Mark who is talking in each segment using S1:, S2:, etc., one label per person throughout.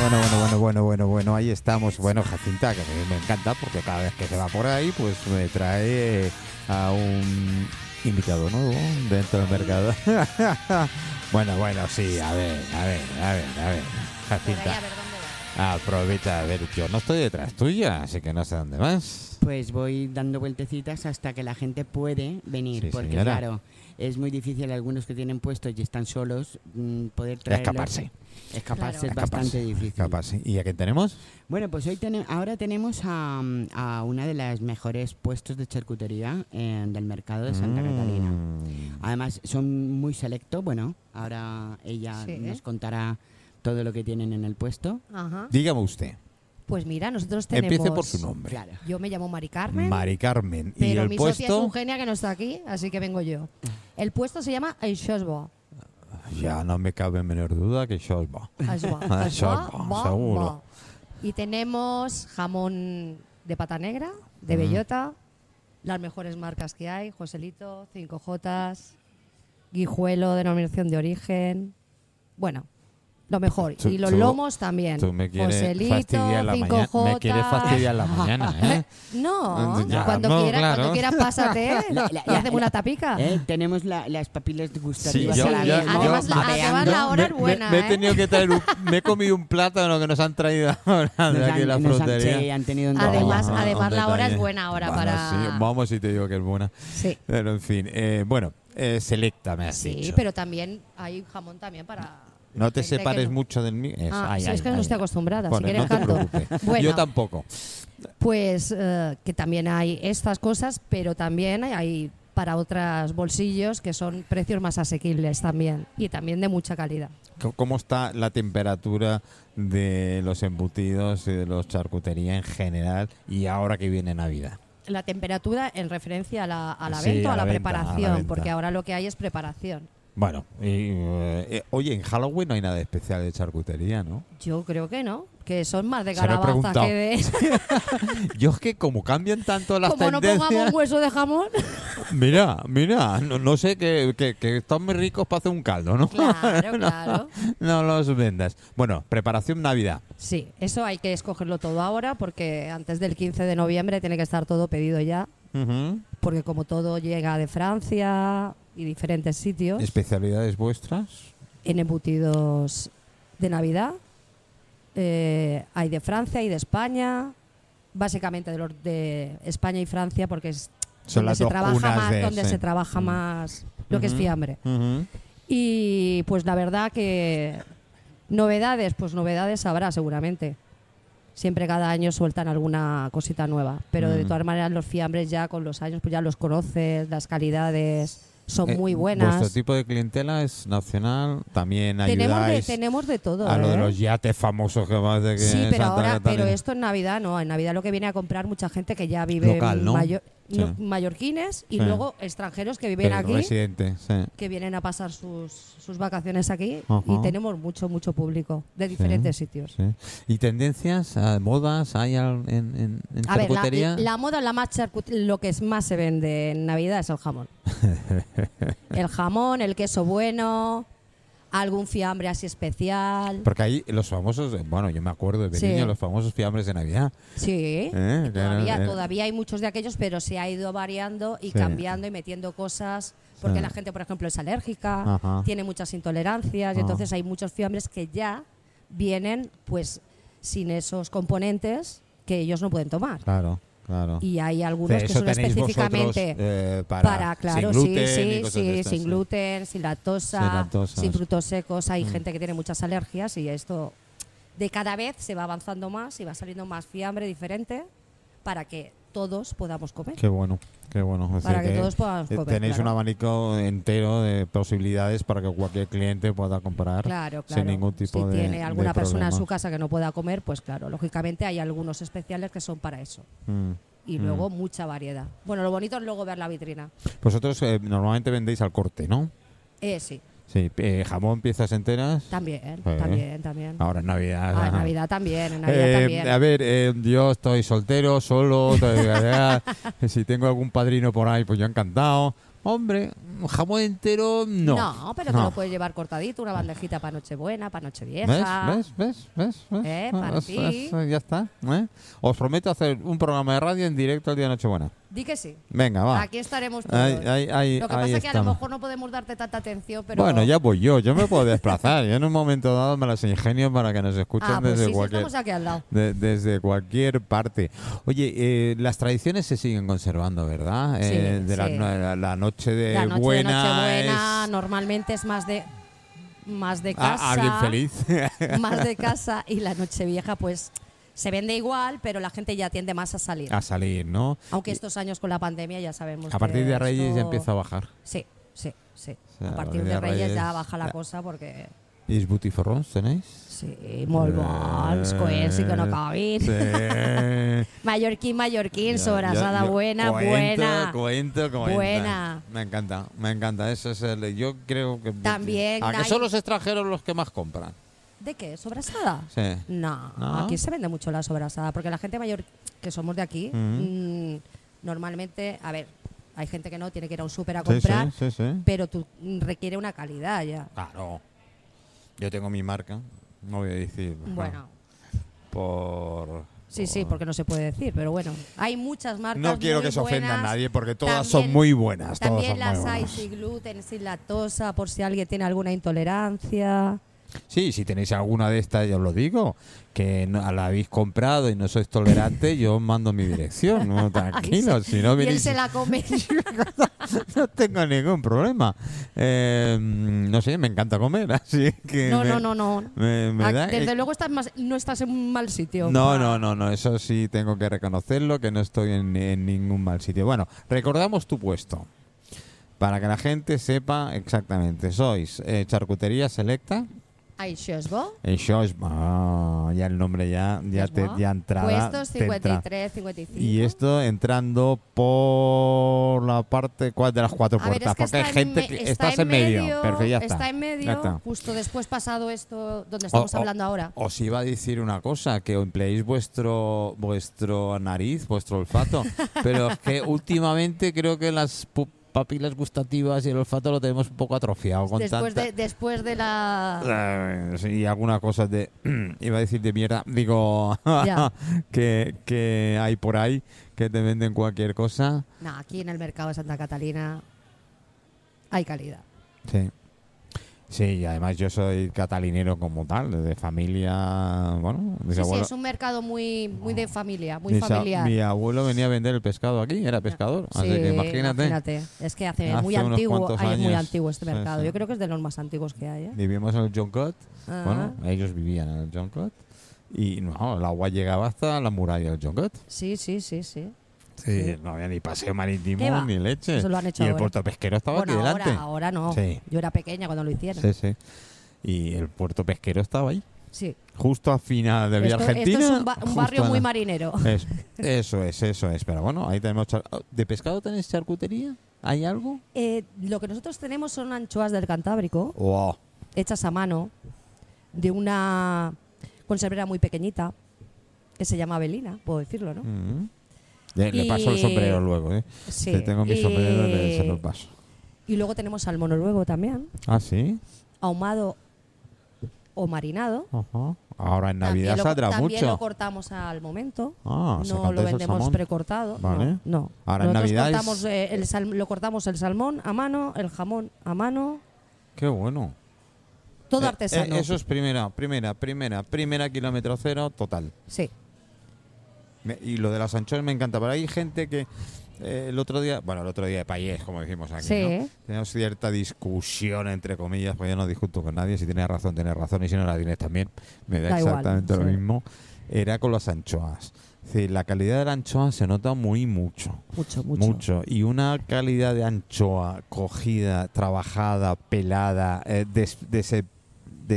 S1: Bueno, bueno, bueno, bueno, bueno, bueno, ahí estamos. Bueno, Jacinta, que me, me encanta porque cada vez que se va por ahí, pues me trae eh, a un invitado nuevo dentro del mercado. bueno, bueno, sí, a ver, a ver, a ver, a ver.
S2: Pero ya, a
S1: Jacinta,
S2: ver dónde va.
S1: aprovecha, a ver, yo no estoy detrás tuya, así que no sé dónde vas.
S3: Pues voy dando vueltecitas hasta que la gente puede venir,
S1: Sí,
S3: porque
S1: señora.
S3: claro, es muy difícil algunos que tienen puestos y están solos mm, poder traerlos.
S1: Escaparse.
S3: Escaparse
S2: Claro.
S3: es bastante
S1: Escaparse,
S3: difícil.
S1: Capaz. ¿Y a quién tenemos?
S3: Bueno, pues hoy tene- ahora tenemos a, mm, a una de las mejores puestos de charcutería eh, del mercado de Santa Catalina.
S1: Mm.
S3: Además, son muy selectos. Bueno, ahora ella
S2: Sí.
S3: nos contará todo lo que tienen en el puesto.
S2: Ajá.
S1: Dígame usted,
S2: Pues mira, nosotros tenemos.
S1: empiece por su nombre.
S3: Claro.
S2: Yo me llamo Mari Carmen,
S1: Mari Carmen. ¿Y
S2: pero
S1: el
S2: mi
S1: puesto?
S2: socia es Eugenia que no está aquí, así que vengo yo. El puesto se llama El Shosbo.
S1: Ya no me cabe menor duda que Shorba. Ah, Shosbo, seguro.
S2: Y tenemos jamón de pata negra, de
S1: Mm.
S2: bellota, las mejores marcas que hay, Joselito, 5J, Guijuelo, denominación de origen. Bueno, lo mejor.
S1: Tú-
S2: y los
S1: tú-
S2: lomos también.
S1: Tú me quieres
S2: Joselito,
S1: fastidiar la mañana.
S2: 5J.
S1: Me quieres fastidiar la mañana, ¿eh?
S2: No,
S1: Ya,
S2: cuando,
S1: no,
S2: quieras,
S1: claro.
S2: cuando quieras, pásate ¿eh?
S3: La- la-
S2: y hacemos una tapica.
S3: Eh, Tenemos la- las papilas gustativas.
S2: yo-
S3: a la
S2: yo-
S3: vez, ¿no?
S2: además la-
S3: Babeando.
S2: además la hora es
S1: me- Me,
S2: buena,
S1: me
S2: ¿eh?
S1: he tenido que traer un- me he comido un plátano que nos han traído ahora de aquí de
S3: Nos han-
S1: Ah, la
S3: nos han-
S1: frontería.
S3: sí, han tenido un
S2: Además-
S3: detalle.
S1: Vamos,
S2: además
S1: un
S2: la hora
S1: detalle.
S2: es buena hora
S1: Bueno,
S2: para-
S1: sí, vamos si te digo que es buena.
S2: Sí.
S1: Pero en fin, eh, bueno, eh, selecta me has
S2: Sí,
S1: dicho.
S2: pero también hay jamón también para.
S1: No te
S2: gente que
S1: separes
S2: no-
S1: mucho del mío. Eso,
S2: Ah,
S1: ay,
S2: sí,
S1: ay,
S2: es que no
S1: ay.
S2: estoy acostumbrada, si
S1: Bueno,
S2: quieres
S1: no te
S2: canto.
S1: preocupes.
S2: Bueno.
S1: Yo tampoco.
S2: Pues eh, que también hay estas cosas, pero también hay- hay para otros bolsillos que son precios más asequibles también y también de mucha calidad.
S1: C- ¿Cómo está la temperatura de los embutidos y de los charcutería en general y ahora que viene Navidad?
S2: La temperatura en referencia a la, a la
S1: Sí,
S2: venta o
S1: a
S2: a la,
S1: la venta, a la
S2: preparación,
S1: venta.
S2: porque ahora lo que hay es preparación.
S1: Bueno, y, eh, eh, oye, en Halloween no hay nada especial de charcutería, ¿no?
S2: Yo creo que no, que son más de
S1: Se lo he
S2: calabaza que de...
S1: Yo es que como cambian tanto las
S2: Como no
S1: tendencias...
S2: pongamos hueso de jamón.
S1: mira, mira, no, no sé, que, que, que están muy ricos para hacer un caldo, ¿no?
S2: Claro, claro.
S1: No los vendas. Bueno, preparación Navidad.
S2: Sí, eso hay que escogerlo todo ahora porque antes del 15 de noviembre tiene que estar todo pedido ya,
S1: Ujú.
S2: porque como todo llega de Francia y diferentes sitios,
S1: ¿Especialidades vuestras?
S2: en embutidos de Navidad, eh, hay de Francia y de España, básicamente de, los- de España y Francia porque es
S1: Son
S2: donde
S1: las
S2: se
S1: dos
S2: trabaja
S1: cunas
S2: más,
S1: de
S2: donde
S1: ese. Mm.
S2: se trabaja más lo que es
S1: Ujú.
S2: fiambre.
S1: Ujú.
S2: Y pues la verdad que novedades, pues novedades habrá seguramente. Siempre cada año sueltan alguna cosita nueva, pero de
S1: Mm.
S2: todas maneras los fiambres ya con los años pues ya los conoces, las calidades son
S1: Eh,
S2: muy
S1: Vuestro
S2: buenas.
S1: tipo de clientela es nacional, también
S2: Tenemos de,
S1: ayudáis
S2: tenemos de todo.
S1: a Ah, lo de
S2: ¿eh?
S1: los yates famosos que más de que
S2: sí,
S1: en
S2: pero
S1: Santa
S2: ahora,
S1: Catalina.
S2: pero esto en Navidad no, en Navidad lo que viene a comprar mucha gente que ya vive
S1: Local,
S2: en
S1: ¿no?
S2: mayo-
S1: Sí.
S2: no, mallorquines y
S1: Sí.
S2: luego extranjeros que viven
S1: Pero
S2: aquí.
S1: residente, sí.
S2: que vienen a pasar sus, sus vacaciones aquí
S1: Ajá.
S2: y tenemos mucho, mucho público de diferentes sitios.
S1: sí. ¿Y tendencias, eh, modas hay al- en, en, en
S2: A ver, la,
S1: charcutería?
S2: la moda, la más charcut- lo que es más se vende en Navidad es el jamón. el jamón, el queso bueno, algún fiambre así especial.
S1: Porque ahí los famosos, eh, bueno, yo me acuerdo de
S2: Sí.
S1: niño, los famosos fiambres de Navidad.
S2: Sí,
S1: Eh,
S2: que todavía,
S1: claro, eh.
S2: todavía hay muchos de aquellos, pero se ha ido variando y
S1: Sí.
S2: cambiando y metiendo cosas. Porque
S1: Sí.
S2: la gente, por ejemplo, es alérgica,
S1: Ajá. Ah.
S2: tiene muchas intolerancias,
S1: Ajá.
S2: y entonces hay muchos fiambres que ya vienen pues sin esos componentes que ellos no pueden tomar.
S1: Claro, claro.
S2: Y hay
S1: O
S2: algunos
S1: sea,
S2: que
S1: eso
S2: son
S1: tenéis vosotros
S2: específicamente
S1: eh, para,
S2: para, claro,
S1: sin gluten y
S2: sí, sí,
S1: cosas de
S2: sí,
S1: estas,
S2: sin gluten, sin lactosa,
S1: Sin
S2: sin,
S1: lactosa, Mm. sí.
S2: frutos secos. Hay gente que tiene muchas alergias y esto de cada vez se va avanzando más y va saliendo más fiambre diferente para que todos podamos comer.
S1: Qué bueno, qué bueno. Es
S2: Para
S1: decir
S2: que todos podamos
S1: eh,
S2: comer,
S1: Tenéis
S2: claro.
S1: un abanico entero de posibilidades para que cualquier cliente pueda comprar
S2: Claro, claro.
S1: sin ningún tipo
S2: si
S1: de.
S2: tiene
S1: de
S2: alguna persona en
S1: problema.
S2: su casa que no pueda comer, pues claro, lógicamente hay algunos especiales que son para eso.
S1: Mm.
S2: Y luego mucha variedad. Bueno, lo bonito es luego ver la vitrina.
S1: Vosotros eh, normalmente vendéis al corte, ¿no?
S2: Eh, sí,
S1: Sí, eh, jamón, piezas enteras.
S2: también,
S1: Sí.
S2: también, también.
S1: Ahora en Navidad.
S2: Ah, en
S1: ajá.
S2: Navidad también, en Navidad
S1: Eh,
S2: también.
S1: A ver, eh, yo estoy soltero, eh, solo. todavía, si tengo algún padrino por ahí, pues yo encantado. Hombre, jamón entero, no.
S2: pero te lo puedes llevar cortadito, una bandejita para Nochebuena, para
S1: ¿Ves?
S2: Nochevieja.
S1: ¿Ves? ¿Ves? ¿Ves? ¿Ves? Ah,
S2: Eh, para
S1: Eso,
S2: ti.
S1: eso, ya está. ¿eh? Os prometo hacer un programa de radio en directo el día de Nochebuena.
S2: Di que sí.
S1: Venga, va.
S2: Aquí estaremos todos.
S1: Ah. Ahí, ahí, ahí,
S2: lo que
S1: ahí
S2: pasa es que a lo
S1: estamos.
S2: mejor no podemos darte tanta atención, pero. Ah,
S1: Bueno, ya voy yo, yo me puedo desplazar. Yo en un momento dado me las ingenio para que nos escuchen
S2: Ah, pues
S1: desde
S2: sí, sí,
S1: cualquier
S2: estamos aquí al lado.
S1: de- desde cualquier parte. Oye, eh, las tradiciones se siguen conservando, ¿verdad?
S2: Sí,
S1: Eh, de la,
S2: sí.
S1: la- la noche de
S2: la noche
S1: buena,
S2: de Nochebuena
S1: es
S2: normalmente es más de más de
S1: a-
S2: casa,
S1: alguien feliz.
S2: más de casa y la Nochevieja pues se vende igual, pero la gente ya tiende más a salir.
S1: a salir, ¿no?
S2: Aunque estos años con la pandemia ya sabemos.
S1: Ah, A partir
S2: que
S1: de Reyes ya
S2: Pues esto-
S1: empieza a bajar.
S2: Sí, sí, sí.
S1: O sea,
S2: a partir de Reyes, ya baja la cosa porque
S1: ¿Y butiforrons tenéis?
S2: sí, molt bons, coets i
S1: Eh,
S2: que no acabin.
S1: Sí.
S2: Mallorquín, mallorquín,
S1: Ya,
S2: sobrasada
S1: ya, ya.
S2: buena,
S1: Cuento,
S2: buena.
S1: Cuento, cuento.
S2: Buena.
S1: Me encanta, me encanta. Eso es el, yo creo que.
S2: También
S1: A que
S2: hay-
S1: son los extranjeros los que más compran.
S2: ¿De qué? ¿Sobrasada?
S1: Sí.
S2: No,
S1: ¿No?
S2: aquí se vende mucho la sobrasada, porque la gente mayor que somos de aquí,
S1: Mm.
S2: mm, normalmente, a ver, hay gente que no tiene que ir a un súper a
S1: Sí,
S2: comprar,
S1: sí, sí, sí.
S2: pero tú mm, requiere una calidad ya.
S1: Claro. Yo tengo mi marca. No voy a decir.
S2: Bueno,
S1: Por.
S2: sí, sí, porque no se puede decir, pero bueno, hay muchas marcas.
S1: No quiero
S2: muy
S1: que se ofenda a
S2: buenas.
S1: nadie porque todas son
S2: También-
S1: muy buenas. todas
S2: También
S1: son muy
S2: las hay
S1: buenas.
S2: sin gluten, sin lactosa, por si alguien tiene alguna intolerancia.
S1: Sí, si tenéis alguna de estas, yo os lo digo, que no, la habéis comprado y no sois tolerante, yo os mando mi dirección. No, tranquilo, si no
S2: y él
S1: venís.
S2: se la come.
S1: No tengo ningún problema. Eh, no sé, me encanta comer, así que.
S2: no,
S1: me-
S2: no, no, no.
S1: me- me
S2: Ah,
S1: da-
S2: Desde luego estás más- no estás en un mal sitio.
S1: no, no, no, no, eso sí tengo que reconocerlo, que no estoy en, en ningún mal sitio. Bueno, recordamos tu puesto. Para que la gente sepa exactamente, sois eh, Charcutería Selecta
S2: Hay Shosbo.
S1: en Shosh. Ah, ya el nombre ya, ya, te, ya entrada.
S2: Puestos
S1: te entra.
S2: 53, 55.
S1: Y esto entrando por la parte cua- de las cuatro
S2: A ver,
S1: puertas,
S2: es que
S1: porque
S2: está
S1: hay gente
S2: me-
S1: que
S2: está
S1: estás en medio. Perfecto, ya está.
S2: en medio,
S1: Ya está.
S2: justo después pasado esto donde estamos
S1: O- o-
S2: hablando ahora.
S1: Os iba a decir una cosa, que empleéis vuestro vuestro nariz, vuestro olfato, pero es que últimamente creo que las pu- papilas gustativas y el olfato lo tenemos un poco atrofiado con
S2: Después
S1: tanta...
S2: de, después de la...
S1: Eh, Sí, alguna cosa de... Iba a decir de mierda, digo,
S2: Ya.
S1: que, que hay por ahí, que te venden cualquier cosa.
S2: No, aquí en el mercado de Santa Catalina hay calidad.
S1: Sí. Sí, y además yo soy catalinero como tal, de familia, bueno, mis
S2: Sí, sí,
S1: abuelos-
S2: es un mercado muy, muy de familia, muy
S1: mis a-
S2: familiar.
S1: mi abuelo venía a vender el pescado aquí, era pescador, así
S2: Sí,
S1: que imagínate.
S2: Es que hace,
S1: Hace
S2: muy
S1: unos
S2: antiguo,
S1: cuantos
S2: ay, es muy
S1: años.
S2: antiguo este
S1: Sí,
S2: mercado.
S1: sí.
S2: Yo creo que es de los más antiguos que hay. ¿eh?
S1: Vivimos en el John Cot,
S2: Ah.
S1: bueno, ellos vivían en el John Cot y no, el agua llegaba hasta la muralla del John Cot.
S2: Sí, sí, sí, sí.
S1: Sí, no había ni paseo
S2: ¿Qué
S1: marítimo
S2: va?
S1: ni leche.
S2: Eso lo han hecho
S1: y el
S2: ahora.
S1: puerto pesquero estaba
S2: Bueno,
S1: aquí delante.
S2: ahora, ahora no.
S1: Sí.
S2: Yo era pequeña cuando lo hicieron.
S1: Sí, sí. Y el puerto pesquero estaba ahí,
S2: Sí.
S1: justo al final de Vía
S2: Esto, esto
S1: Argentina.
S2: es un, ba- un
S1: justo
S2: barrio
S1: a
S2: muy
S1: la-
S2: marinero.
S1: Es- eso es, eso es. Pero bueno, ahí tenemos. char- oh, ¿De pescado tenéis charcutería? ¿Hay algo?
S2: Eh, lo que nosotros tenemos son anchoas del Cantábrico,
S1: Wow.
S2: hechas a mano, de una conservera muy pequeñita, que se llama Belina, puedo decirlo, ¿no?
S1: Mm. Le, le paso el
S2: Y-
S1: sombrero luego, ¿eh?
S2: Sí.
S1: Que tengo mi
S2: Y-
S1: sombrero, le- se lo paso.
S2: Y luego tenemos al noruego también,
S1: Ah, sí.
S2: ahumado o marinado.
S1: Ajá. Ahora en
S2: También
S1: Navidad
S2: lo-
S1: saldrá
S2: también
S1: mucho.
S2: lo cortamos al momento.
S1: Ah, se
S2: no
S1: canta
S2: lo
S1: eso,
S2: vendemos
S1: salmón.
S2: precortado.
S1: Vale.
S2: No, no.
S1: Ahora en
S2: Nosotros
S1: Navidad es-
S2: cortamos, eh, el sal- lo cortamos el salmón a mano, el jamón a mano,
S1: Qué bueno.
S2: todo
S1: Eh, eh,
S2: artesano.
S1: eso es primera, primera, primera, primera kilómetro cero total.
S2: Sí.
S1: Me- y lo de las anchoas me encanta. Pero hay gente que eh, el otro día, bueno, el otro día de Payés, como decimos aquí,
S2: Sí.
S1: ¿no? Tenemos cierta discusión, entre comillas, porque yo no discuto con nadie. Si tienes razón, tienes razón. Y si no la tienes también, me da,
S2: Da igual,
S1: exactamente lo
S2: sí.
S1: mismo. Era con las anchoas. Es decir, la calidad de la anchoa se nota muy mucho.
S2: Mucho, mucho.
S1: Mucho. Y una calidad de anchoa cogida, trabajada, pelada, eh, des- dese-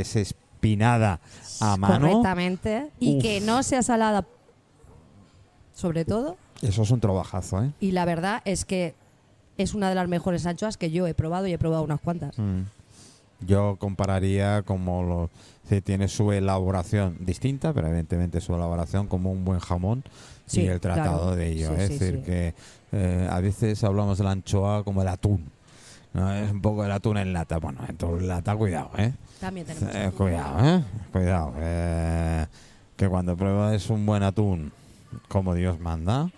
S1: desespinada a mano.
S2: Correctamente. Y
S1: Uf.
S2: que no sea salada, sobre todo.
S1: Eso es un trabajazo, ¿eh?
S2: Y la verdad es que es una de las mejores anchoas que yo he probado y he probado unas cuantas.
S1: Mm. Yo compararía como lo, si tiene su elaboración distinta, pero evidentemente su elaboración como un buen jamón
S2: Sí,
S1: y el tratado
S2: claro.
S1: de ello.
S2: Sí,
S1: es
S2: sí,
S1: decir,
S2: sí.
S1: que eh, a veces hablamos de la anchoa como el atún, No, es un poco el atún en lata. Bueno, en tu lata, cuidado, ¿eh?
S2: También tenemos.
S1: Eh, cuidado, ¿eh? Cuidado. eh, que cuando pruebas un buen atún, como Dios manda,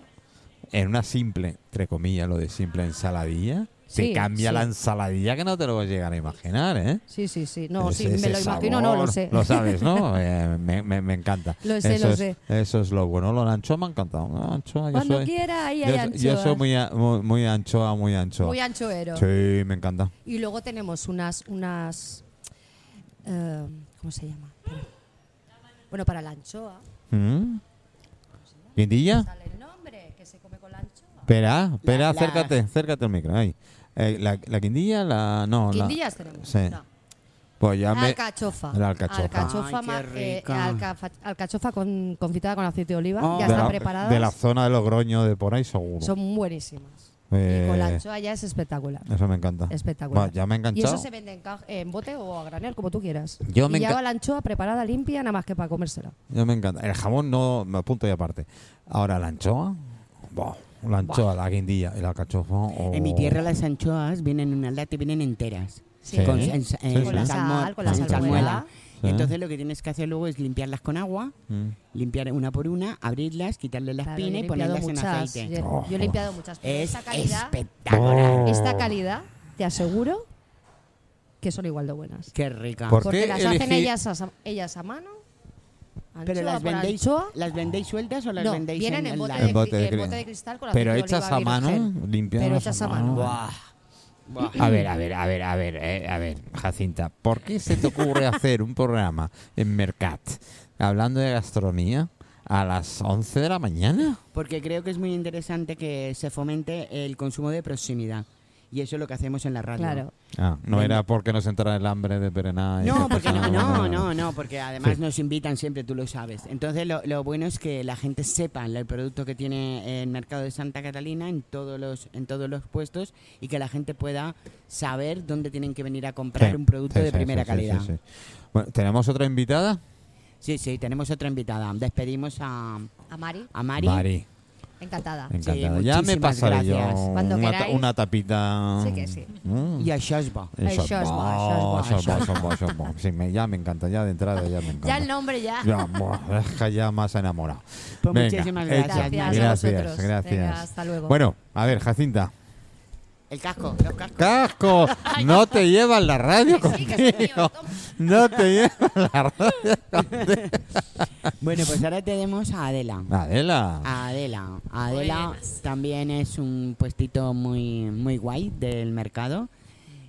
S1: en una simple, entre comillas, lo de simple ensaladilla,
S2: Sí,
S1: te cambia
S2: sí.
S1: la ensaladilla que no te lo vas a llegar a imaginar, ¿eh?
S2: Sí, sí, sí. No,
S1: Ese-
S2: sí, me
S1: ese
S2: lo imagino, no,
S1: sabor,
S2: lo sé.
S1: Lo sabes, ¿no? Eh, me, me- me encanta.
S2: Lo sé,
S1: eso
S2: lo
S1: es,
S2: sé.
S1: Eso es lo bueno. Lo de anchoa me ha encantado. La anchoa, yo
S2: Cuando
S1: soy,
S2: quiera, ahí hay
S1: yo,
S2: anchoa.
S1: soy- yo soy muy, a- muy, muy anchoa, muy anchoa.
S2: Muy anchoero.
S1: sí, me encanta.
S2: Y luego tenemos unas, unas eh, ¿cómo se llama? Espera. Bueno, para la anchoa.
S1: ¿Mm? ¿Guindilla?
S2: Dale el nombre que se come con la anchoa.
S1: Espera, espera,
S3: la-
S1: acércate, acércate al micro. Ahí. Eh, la, la guindilla, la. No, la-
S2: Quindillas tenemos.
S1: sí.
S2: No.
S1: Pues ya me.
S2: Alcachofa.
S1: La alcachofa.
S2: Alcachofa,
S3: Ay, qué
S2: ma- eh,
S3: rica.
S2: alcafa- alcachofa con, confitada con aceite de oliva.
S3: Oh.
S2: ya
S1: de,
S2: están
S1: la,
S2: preparadas.
S1: de la zona de Logroño, de por ahí, seguro.
S2: Son buenísimas.
S1: Eh,
S2: Y con la anchoa ya es espectacular.
S1: eso me encanta.
S2: Espectacular.
S1: Va, ya me he
S2: Y eso
S1: enganchado.
S2: se vende en, ca- en bote o a granel, como tú quieras.
S1: Yo me
S2: y ya
S1: enca-
S2: va la anchoa preparada, limpia, nada más que para comérsela.
S1: Yo me encanta. El jamón no me apunto y aparte. Ahora la anchoa. Buah, la anchoa, la guindilla, el alcachofa. oh.
S3: En mi tierra las anchoas vienen en una lata y vienen enteras.
S1: Sí.
S3: Con, en-
S1: Sí,
S3: en
S1: Con la
S3: salmón-
S2: sal, con la
S3: en
S1: salmuera. Ah.
S3: salmuela.
S1: oh, Sí.
S3: Entonces lo que tienes que hacer luego es limpiarlas con agua,
S1: Mm.
S3: limpiar una por una, abrirlas, quitarle las
S2: Claro, yo he
S3: espinas y
S2: limpiado
S3: ponerlas
S2: muchas.
S3: en aceite.
S2: Yo,
S1: Oh.
S2: yo he limpiado muchas. pero
S3: Es
S2: esta calidad,
S3: espectacular.
S2: esta calidad, te aseguro que son igual de buenas.
S3: Qué rica.
S1: Por-
S2: Porque
S1: qué
S2: las hacen
S1: elegí-
S2: ellas a, ellas a mano.
S3: Pero
S2: anchoa
S3: las
S2: por
S3: vendéis,
S2: anchoa.
S3: las vendéis sueltas o las
S2: No,
S3: vendéis
S2: vienen en bote,
S3: la-
S2: de,
S1: En bote
S2: cri-
S1: de
S2: en
S1: cri-
S2: bote de cristal con
S1: Pero
S2: aceite de
S1: hechas
S2: oliva
S1: a mano,
S2: virgen.
S1: limpiadas
S2: Pero hechas a mano.
S3: Buah, buah.
S1: A ver, a ver, a ver, a ver, eh, a ver, Jacinta, ¿por qué se te ocurre hacer un programa en Mercat hablando de gastronomía a las 11 de la mañana?
S3: Porque creo que es muy interesante que se fomente el consumo de proximidad. Y eso es lo que hacemos en la radio.
S2: Claro.
S1: Ah, no
S3: Venga.
S1: era porque nos entrara el hambre de perená. y
S3: No,
S1: esas
S3: porque no,
S1: cosas,
S3: no, no, no, porque además
S1: Sí.
S3: nos invitan siempre, tú lo sabes. Entonces lo, lo bueno es que la gente sepa el producto que tiene el mercado de Santa Catalina en todos los en todos los puestos y que la gente pueda saber dónde tienen que venir a comprar
S1: Sí,
S3: un producto
S1: sí,
S3: de
S1: sí,
S3: primera
S1: sí, sí,
S3: calidad. Sí
S1: sí,
S3: sí.
S1: sí. Bueno, ¿Tenemos otra invitada?
S3: tenemos otra invitada. Despedimos a,
S2: A Mari,
S3: a Mari. Ah,
S1: Mari,
S2: encantada.
S1: encantada.
S3: Sí,
S1: ya me
S3: muchísimas
S1: pasaré
S3: gracias.
S1: yo
S2: Cuando
S1: una, ta-
S2: queráis.
S1: una tapita.
S2: Sí que sí.
S1: Mm.
S3: y a Shashba.
S1: Eso
S2: Eso es
S1: va,
S2: bo, eso es
S1: eso es bo, eso es bo. Sí, me- ya me encanta, ya de entrada ya me encanta.
S2: Ya el nombre ya.
S1: Ya, buah, es que ya más enamorado.
S3: Pues
S1: Venga,
S3: muchísimas
S1: hecho.
S3: gracias,
S2: Gracias a
S3: Mari.
S1: Gracias,
S2: vosotros.
S1: gracias.
S2: Venga, hasta luego.
S1: Bueno, a ver, Jacinta.
S3: El casco, los cascos.
S1: ¡Casco! No te llevas la radio
S2: Que sí, que es
S1: contigo.
S2: mío, toma.
S1: No te llevas la radio.
S3: Bueno, pues ahora tenemos a Adela.
S1: Adela.
S3: Adela. Adela también es un puestito muy, muy guay del mercado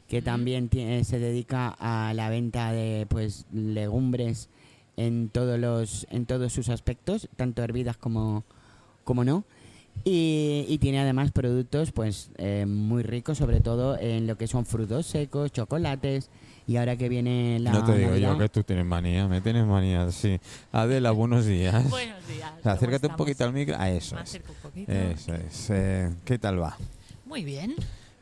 S3: que también tie- se dedica a la venta de pues legumbres en todos los en todos sus aspectos, tanto hervidas como como no. Y, y tiene además productos pues eh, muy ricos, sobre todo en lo que son frutos secos, chocolates y ahora que viene la
S1: No te digo yo
S3: Navidad-
S1: que tú tienes manía, me tienes manía, sí. Adela, buenos días.
S4: Buenos días. ¿cómo
S1: Acércate un
S4: pues
S1: poquito
S4: estamos?
S1: al micro. Ah, eso
S4: Me
S1: es.
S4: acerco un poquito.
S1: Eso es. Eh, ¿Qué tal va?
S4: Muy bien.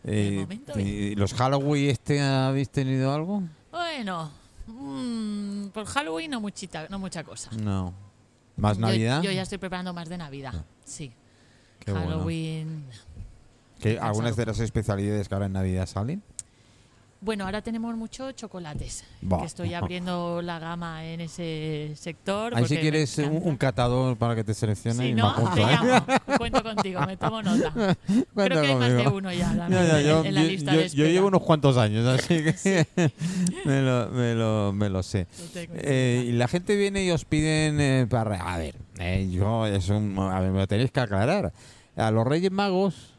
S1: Eh,
S4: momento,
S1: eh, ¿Los Halloween este habéis tenido algo?
S4: Bueno, mm, por Halloween no muchita, no mucha cosa.
S1: No. ¿Más
S4: Yo-
S1: Navidad? Ah,
S4: Yo, ya estoy preparando más de Navidad. Sí.
S1: Qué bueno.
S4: Halloween.
S1: ¿Qué- ¿Algunas de las especialidades que ahora en Navidad salen?
S4: Bueno, ahora tenemos muchos chocolates.
S1: Buah.
S4: Que estoy abriendo la gama en ese sector.
S1: Ahí si
S4: porque
S1: quieres
S4: me
S1: un,
S4: encanta.
S1: un catador para que te seleccione
S4: Sí,
S1: y
S4: no,
S1: me apunto,
S4: te
S1: ¿eh?
S4: llamo. Cuento contigo, me tomo nota. Creo
S1: Cuenta
S4: que hay más de
S1: conmigo.
S4: uno ya, la-
S1: Ya, ya,
S4: en-
S1: yo,
S4: en la
S1: yo-
S4: lista
S1: yo-
S4: de
S1: yo
S4: espera.
S1: llevo unos cuantos años, así que me, lo, me lo- me lo sé.
S4: Lo tengo en
S1: Eh, y la gente viene y os piden eh, para... A ver, eh, yo es un, a ver, me lo tenéis que aclarar. A los Reyes Magos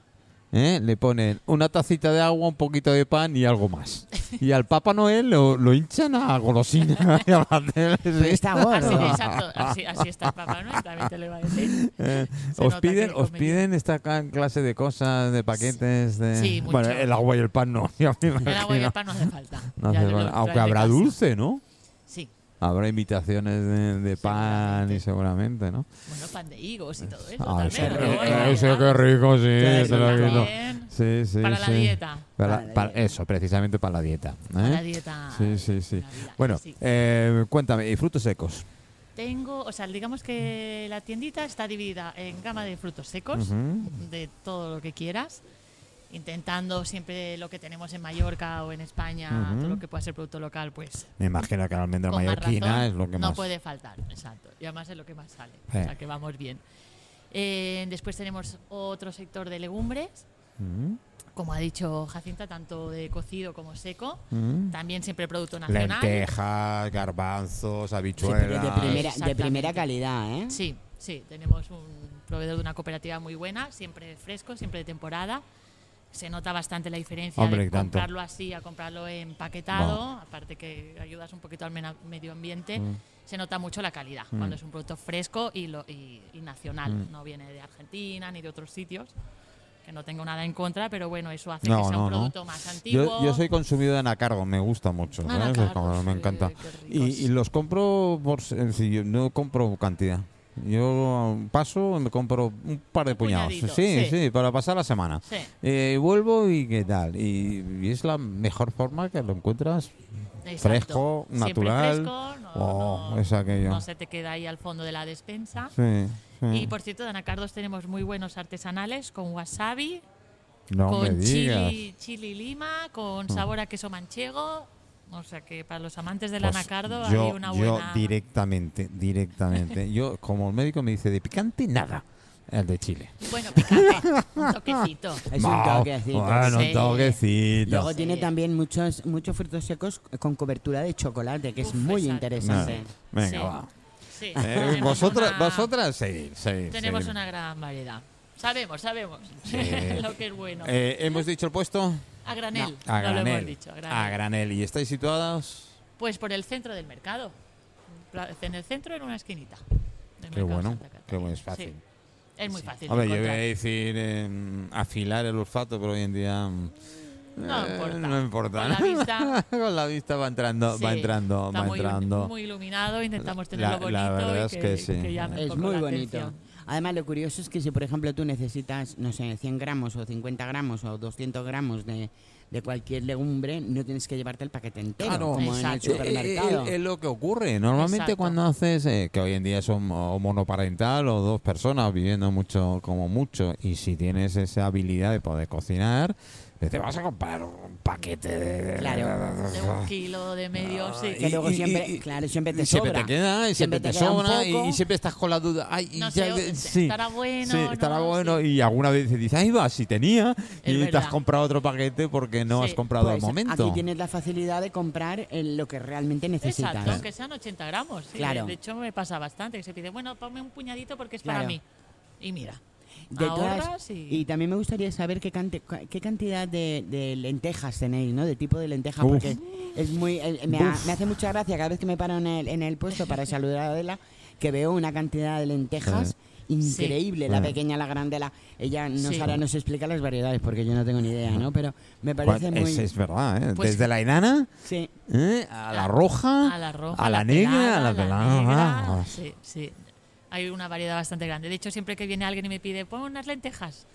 S1: eh, le ponen una tacita de agua, un poquito de pan y algo más. Y al Papa Noel lo, lo hinchan a golosina. y a pastel,
S3: Pero
S1: sí.
S3: está
S4: Así,
S3: gordo.
S4: exacto, así, así está el Papá Noel, también te lo iba a decir.
S1: Eh,
S4: Se
S1: os
S4: nota
S1: piden,
S4: que
S1: os
S4: comen-
S1: piden esta ca- clase de cosas, de paquetes, de
S4: Sí, mucho.
S1: bueno, el agua y el pan no. ya me
S4: El agua y
S1: imagino.
S4: el pan no hace falta.
S1: No
S4: ya
S1: hace
S4: lo
S1: falta.
S4: traes
S1: Aunque
S4: de
S1: habrá
S4: casa.
S1: dulce, ¿no?
S4: Sí,
S1: Habrá invitaciones de, de pan y seguramente, ¿no?
S4: bueno, pan de higos y todo eso.
S1: Ah,
S4: también,
S1: eso,
S4: pero
S1: eh,
S4: bueno, ya
S1: eso, qué
S4: está.
S1: rico, sí,
S3: Qué
S1: te lo
S3: rico.
S1: quito.
S4: También
S1: Sí, sí,
S4: para la
S1: sí.
S4: dieta.
S1: Para-
S3: Para la
S1: para-
S3: dieta.
S1: eso, precisamente para la dieta. ¿eh?
S4: Para la dieta.
S1: Sí, sí, sí.
S4: navideña,
S1: Bueno,
S4: sí.
S1: eh, cuéntame, ¿y frutos secos?
S4: Tengo, o sea, digamos que Pues la tiendita está dividida en gama de frutos secos,
S1: Ujú.
S4: de todo lo que quieras. intentando siempre lo que tenemos en Mallorca o en España,
S1: Ujú.
S4: todo lo que pueda ser producto local, pues
S1: Me imagino que la almendra
S4: con más
S1: mallorquina
S4: razón,
S1: es lo que
S4: no
S1: más.
S4: puede faltar, exacto. Y además es lo que más sale,
S1: Sí.
S4: o sea que vamos bien. Eh, después tenemos otro sector de legumbres,
S1: Mm,
S4: como ha dicho Jacinta, tanto de cocido como seco.
S1: mm.
S4: También siempre producto nacional.
S1: Lentejas, garbanzos,
S3: Sí, pero de
S1: habichuelas.
S3: primera, de primera
S4: Exactamente.
S3: calidad, ¿eh?
S4: Sí, sí, tenemos un proveedor de una cooperativa muy buena, siempre fresco, siempre de temporada. Se nota bastante la diferencia
S1: Hombre, y
S4: de
S1: tanto.
S4: comprarlo así a comprarlo empaquetado, aparte que ayudas un poquito al mena- medio ambiente.
S1: Mm.
S4: Se nota mucho la calidad cuando es un producto fresco y, lo- y- y nacional.
S1: Mm.
S4: No viene de Argentina ni de otros sitios. Que no tengo nada en contra, pero bueno, eso hace que
S1: No,
S4: sea
S1: no,
S4: un
S1: no.
S4: producto más antiguo.
S1: Yo, yo soy consumido de anacardo, me gusta mucho.
S4: Ah,
S1: ¿sabes?
S4: anacardos,
S1: Como me
S4: sí,
S1: encanta.
S4: qué ricos.
S1: Y, y los compro por. se- si yo no compro cantidad. Yo um, paso y me compro un par de
S4: Un
S1: puñados. Sí,
S4: puñadito,
S1: sí,
S4: sí.
S1: para pasar la semana.
S4: Sí.
S1: Eh, vuelvo y qué tal. Y, y es la mejor forma que lo encuentras.
S4: Exacto.
S1: Fresco,
S4: Siempre
S1: natural.
S4: fresco, no,
S1: Oh,
S4: no-
S1: es aquello.
S4: no se te queda ahí al fondo de la despensa.
S1: Sí, sí.
S4: Y por cierto, de anacardos tenemos muy buenos artesanales con wasabi,
S1: no me
S4: con
S1: digas. Mm.
S4: chili, chili lima, con sabor a queso manchego. O sea que para los amantes del
S1: Pues
S4: anacardo
S1: yo,
S4: hay una
S1: yo
S4: buena.
S1: directamente, directamente. yo, como el médico me dice, de picante nada. El de Chile.
S4: Bueno, picante, un toquecito.
S3: Es un
S1: Mau,
S3: toquecito.
S1: Bueno, un
S4: Sí.
S1: toquecito.
S3: Luego
S4: Sí.
S3: tiene también muchos, muchos frutos secos con cobertura de chocolate, que es
S4: Uf,
S3: muy
S4: exacto.
S1: No,
S3: interesante.
S1: Venga,
S4: Sí.
S1: va.
S4: Sí,
S1: Eh,
S4: tenemos
S1: vosotras,
S4: una-
S1: vosotras, seguid, seguid,
S4: Tenemos
S1: seguid.
S4: una gran variedad. Sabemos, sabemos
S1: Sí.
S4: lo que es bueno.
S1: Eh, ¿Hemos dicho el puesto?
S4: a granel,
S1: A
S4: no
S1: granel.
S4: lo hemos dicho. A granel.
S1: A granel. ¿Y estáis situadas?
S4: Pues por el centro del mercado. Pla- En el centro, en una esquinita. del
S1: Qué
S4: mercado
S1: bueno,
S4: Santa Catarina.
S1: qué bueno, es fácil.
S4: Sí, Es muy fácil.
S1: Hombre,
S4: de
S1: yo voy a
S4: encontrar.
S1: decir eh, afilar el olfato, pero hoy en día. mm,
S4: No
S1: eh,
S4: importa.
S1: No importa.
S4: Con la
S1: ¿no?
S4: vista.
S1: Con la vista va entrando, va
S4: Sí,
S1: entrando,
S4: está
S1: va
S4: muy,
S1: entrando.
S4: Muy iluminado, intentamos tenerlo
S1: La- la
S4: bonito.
S1: verdad
S4: y
S1: es que sí.
S4: llame un
S3: Es
S4: poco
S3: muy
S4: la
S3: bonito.
S4: atención.
S3: Además, lo curioso es que si, por ejemplo, tú necesitas, no sé, 100 gramos o 50 gramos o 200 gramos de, de cualquier legumbre, no tienes que llevarte el paquete entero,
S1: Claro.
S3: como en el
S4: Exacto.
S3: supermercado.
S1: Eh, eh, eh, Es lo que ocurre. Normalmente
S4: Exacto.
S1: cuando haces, eh, que hoy en día son o monoparental o dos personas viviendo mucho como mucho, y si tienes esa habilidad de poder cocinar, eh, te vas a comprar un paquete de...
S3: Claro.
S4: De un kilo, de medio, sí.
S3: que
S1: Ah. y-
S3: luego
S1: y-
S3: siempre,
S1: y-
S3: claro, siempre te
S1: Y siempre
S3: sobra.
S1: te queda, y siempre, te,
S3: queda un
S1: sobra, y,
S3: poco.
S1: y siempre estás con la duda. Ay, y
S4: No
S1: ya-
S4: sé, o-
S1: eh, sí,
S4: estará bueno,
S1: sí, estará
S4: ¿no?
S1: bueno.
S4: Sí.
S1: Y alguna vez dices, ahí va, si tenía,
S4: Es
S1: y te has
S4: verdad.
S1: comprado otro paquete porque no
S4: Sí.
S1: has comprado al
S3: Pues,
S1: momento.
S3: Aquí tienes la facilidad de comprar eh, lo que realmente necesitas.
S4: Exacto, aunque sean 80 gramos. sí.
S3: ¿eh? Claro.
S4: De hecho, me pasa bastante. que Se pide, bueno, ponme un puñadito porque es para
S3: Claro.
S4: mí. Y mira,
S3: De todas-
S4: ahorras y...
S3: y también me gustaría saber qué, cante- cua- qué cantidad de, de lentejas tenéis, ¿no? De tipo de lenteja,
S1: Uf.
S3: porque es muy, eh, me, ha-
S1: Uf.
S3: me hace mucha gracia cada vez que me paro en el, en el puesto para saludar a Adela, que veo una cantidad de lentejas increíble, la
S1: Eh.
S3: pequeña, la grande, la... Ella nos,
S4: Sí.
S3: hará- nos explica las variedades, porque yo no tengo ni idea, ¿no? Pero me parece
S1: Cuan-
S3: muy...
S1: es, es verdad, ¿eh?
S4: Pues-
S1: Desde la enana
S3: Sí.
S1: ¿eh? a la roja,
S4: A la roja.
S1: Ah, a la, negra,
S4: pelada,
S1: a la pelada.
S4: negra,
S1: ah,
S4: Sí, sí. Hay una variedad bastante grande. De hecho, siempre que viene alguien y me pide, pon unas lentejas.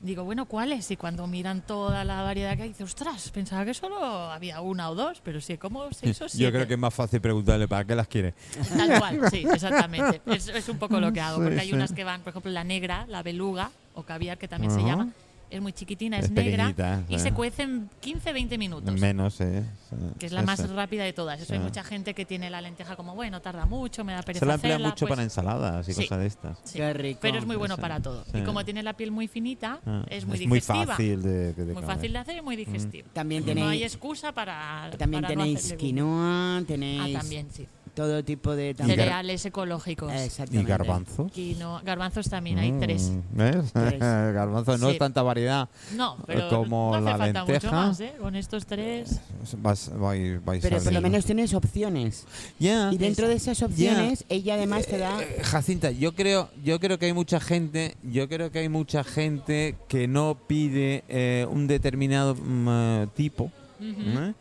S4: Digo, bueno, ¿cuáles? Y cuando miran toda la variedad que hay, dice, ostras, pensaba que solo había una o dos, pero sí, como seis o siete.
S1: Yo creo que es más fácil preguntarle para qué las quiere.
S4: Tal cual, sí, exactamente. Es, es un poco lo que hago,
S1: Sí,
S4: porque hay
S1: sí.
S4: unas que van, por ejemplo, la negra, la beluga o caviar, que también se
S1: Ajá.
S4: llama. Es muy chiquitina, es,
S1: Es
S4: negra
S1: pequeñita,
S4: y
S1: sí.
S4: se cuecen 15-20 minutos.
S1: Menos, ¿eh? Sí,
S4: Pues que es la
S1: sí,
S4: más
S1: sí.
S4: rápida de todas. Eso hay
S1: Sí.
S4: mucha gente que tiene la lenteja como, bueno, tarda mucho, me da pereza
S1: Se la emplea
S4: hacerla,
S1: mucho
S4: pues,
S1: para ensaladas y
S4: Sí.
S1: cosas de estas.
S4: sí.
S3: Qué rico.
S4: Pero es muy bueno
S1: Sí,
S4: para todo.
S1: sí.
S4: Y como tiene la piel muy finita,
S1: Ah,
S4: es muy digestiva.
S1: fácil de, de
S4: Muy
S1: comer. Mm.
S4: fácil de hacer y muy digestiva.
S3: También
S4: No hay
S3: tenéis,
S4: excusa para
S3: también
S4: para no
S3: tenéis
S4: hacer legumbres.
S3: quinoa, tenéis
S4: Ah, también, sí.
S3: todo tipo de... también-
S4: Cereales ecológicos.
S1: ¿Y
S3: Exactamente.
S1: garbanzos?
S4: Quinoa, garbanzos también hay tres.
S1: Mm, ¿Ves?
S3: Tres.
S1: garbanzos no
S4: Sí.
S1: es tanta variedad.
S4: No, pero
S1: Como
S4: no hace
S1: la
S4: falta
S1: lenteja.
S4: mucho más, ¿eh? Con estos tres.
S1: Vas, vai- vais
S3: Pero por lo
S1: saliendo.
S3: menos tienes opciones.
S1: Ya.
S3: Y dentro de esas opciones, ella además te da...
S1: Eh, Jacinta, yo creo, yo creo que hay mucha gente, yo creo que hay mucha gente que no pide eh, un determinado mm, eh, tipo, ¿eh?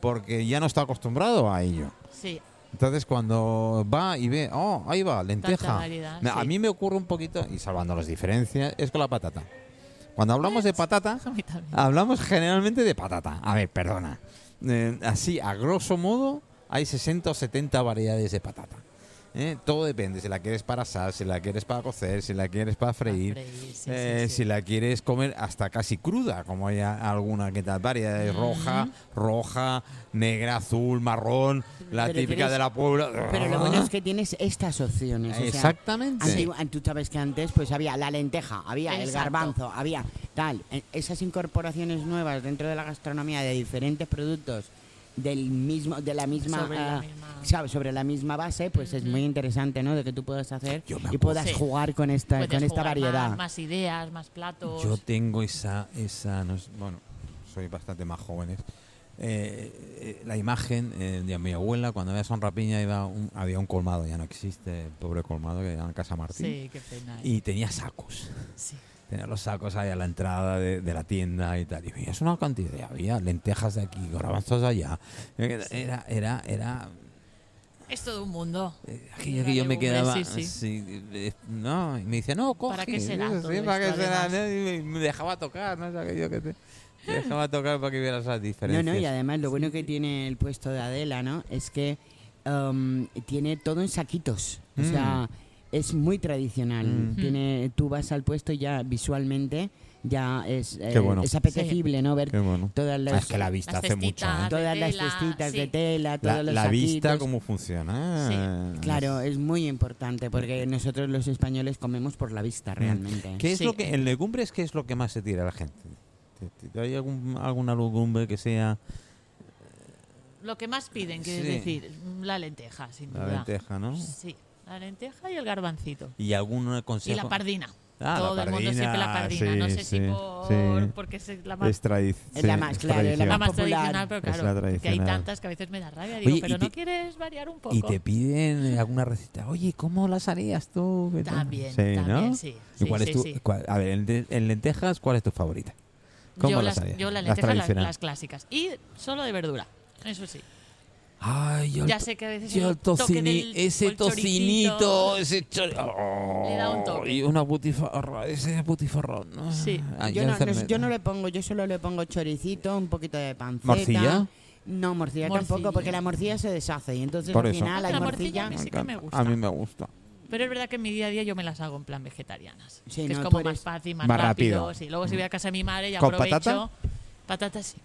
S1: porque ya no está acostumbrado a ello.
S4: Sí,
S1: Entonces cuando va y ve, oh, ahí va, lenteja.
S4: variedad,
S1: Me- A
S4: sí.
S1: mí me ocurre un poquito, y salvando las diferencias, es con la patata. Cuando hablamos de patata,
S4: a mí también.
S1: hablamos generalmente de patata. A ver, perdona. Eh, así, a grosso modo, hay 60 o 70 variedades de patata. ¿eh? Todo depende. Si la quieres para asar, si la quieres para cocer, si la quieres para freír,
S4: Para freír, sí,
S1: eh,
S4: sí, sí.
S1: si la quieres comer hasta casi cruda, como hay a- alguna que tal variedad de roja, roja, negra, azul, marrón, la
S3: Pero
S1: típica
S3: tienes-
S1: de la puebla.
S3: Pero lo bueno es que tienes estas opciones. o sea,
S1: Exactamente.
S3: antigua- tú sabes que antes pues había la lenteja, había el
S4: Exacto.
S3: garbanzo, había tal. Eh, Esas incorporaciones nuevas dentro de la gastronomía de diferentes productos del mismo, de la misma,
S4: Sobre la
S3: ah,
S4: misma-
S3: ¿sabes? sobre la misma base, pues es muy interesante, ¿no? De que tú puedas hacer
S1: Yo me
S3: y puedas
S4: Sí.
S3: jugar con esta,
S4: Puedes
S3: con esta
S4: jugar
S3: variedad.
S4: Más, más ideas, más platos.
S1: Yo tengo esa, esa no es- bueno, soy bastante más jóvenes. Eh, eh, la imagen eh, de mi abuela cuando había Son Rapiña iba a un- había un colmado, ya no existe, el pobre colmado que era en Casa Martín.
S4: sí, qué pena. ¿eh?
S1: Y tenía sacos.
S4: Sí.
S1: Tenía los sacos ahí a la entrada de, de la tienda y tal. Y veías una cantidad. Había lentejas de aquí, garbanzos de allá. Era, era, era, era
S4: Es todo un mundo.
S1: eh, aquello
S4: Era
S1: que yo me
S4: legumbre,
S1: quedaba.
S4: sí, sí.
S1: así, eh, no, y me dice, no, coge.
S4: ¿Para qué será
S1: Sí,
S4: todo esto,
S1: ¿para qué será?
S4: además?
S1: ¿no? Y me- me dejaba tocar, ¿no? Es aquello que te, te dejaba tocar para que vieras las
S3: No,
S1: diferencias.
S3: no, y además lo bueno que tiene el puesto de Adela, ¿no? Es que em, tiene todo en saquitos. O
S1: Mm.
S3: sea, es muy tradicional.
S1: Mm.
S3: Tiene, tú vas al puesto y ya visualmente ya es, eh,
S1: Qué bueno.
S3: es apetecible, ¿no? Ver
S1: Qué bueno.
S3: todas
S1: Ah,
S3: las,
S1: es que la vista
S4: Las
S1: hace mucho.
S4: cestitas.
S1: ¿eh?
S3: todas
S4: De
S3: las
S4: tela,
S3: cestitas de
S4: sí.
S3: tela, todos
S1: La,
S3: los
S1: la vista,
S3: saquitos.
S1: cómo funciona. eh.
S3: Claro, es muy importante porque nosotros los españoles comemos por la vista
S1: Mm.
S3: realmente.
S1: ¿Qué es
S4: Sí.
S1: lo que en legumbres qué es lo que más se tira a la gente? ¿Te- te- ¿Hay algún, alguna legumbre que sea
S4: Lo que más piden, quiere
S1: Sí.
S4: decir, la lenteja, sin
S1: la
S4: duda.
S1: lenteja, no?
S4: Sí, la lenteja y el garbancito.
S1: Y algún consejo.
S4: Y la pardina.
S1: Ah, la
S4: Todo el mundo siempre la
S1: pardina,
S4: pardina. no
S1: sí,
S4: sé si
S1: sí,
S4: por,
S1: sí.
S4: porque es la más,
S1: Es, tradi-
S3: Es
S1: sí,
S3: la más,
S1: es
S3: claro, es la
S1: tradición.
S4: la más
S3: popular.
S4: tradicional, pero
S1: Es la
S4: claro, que hay
S1: tradicional.
S4: tantas que a veces me da rabia. Digo,
S1: Oye, y
S4: pero no
S1: te-
S4: quieres variar un poco.
S1: Y te piden eh, alguna receta. Oye, ¿cómo las harías tú? ¿Qué tal?
S4: También,
S1: Sí, ¿no?
S4: también, sí.
S1: ¿Y
S4: Sí,
S1: cuál es
S4: sí,
S1: tu-
S4: sí.
S1: cuál- a ver, en, de- en lentejas, ¿cuál es tu favorita? ¿Cómo
S4: yo,
S1: las
S4: las,
S1: harías?
S4: yo las
S1: Las
S4: lentejas, las,
S1: tradicionales.
S4: las clásicas. Y solo de verdura, eso sí.
S1: Ay, yo el
S4: Ya
S1: to-
S4: sé que a veces
S1: yo
S4: el
S1: el
S4: toque
S1: tocini-
S4: del- o
S1: ese
S4: el choricito.
S1: tocinito, ese chori-
S4: Le da un toque.
S1: Y una butifarra, ese butifarrón, ¿no?
S4: Sí.
S1: Ah,
S3: Yo
S1: ya
S3: no,
S1: se
S3: no-
S1: me-
S3: yo no le pongo, yo solo le pongo choricito, un poquito de panceta.
S1: ¿Morcilla?
S3: No, morcilla,
S4: Morcilla.
S3: tampoco, porque la morcilla se deshace y entonces
S1: Por
S3: al
S1: eso.
S3: final
S4: Ah,
S3: hay
S4: la morcilla
S3: morcilla.
S4: me- sí que
S1: encanta.
S4: gusta.
S1: A mí me gusta.
S4: Pero es verdad que en mi día a día yo me las hago en plan vegetarianas.
S3: Sí,
S4: que
S3: no,
S4: es
S3: tú
S4: como
S3: eres
S4: más fácil, más,
S1: más
S4: rápido.
S1: rápido.
S4: sí. Luego si voy a casa de mi madre y
S1: ¿Con
S4: aprovecho.
S1: patata?
S4: Patata sí.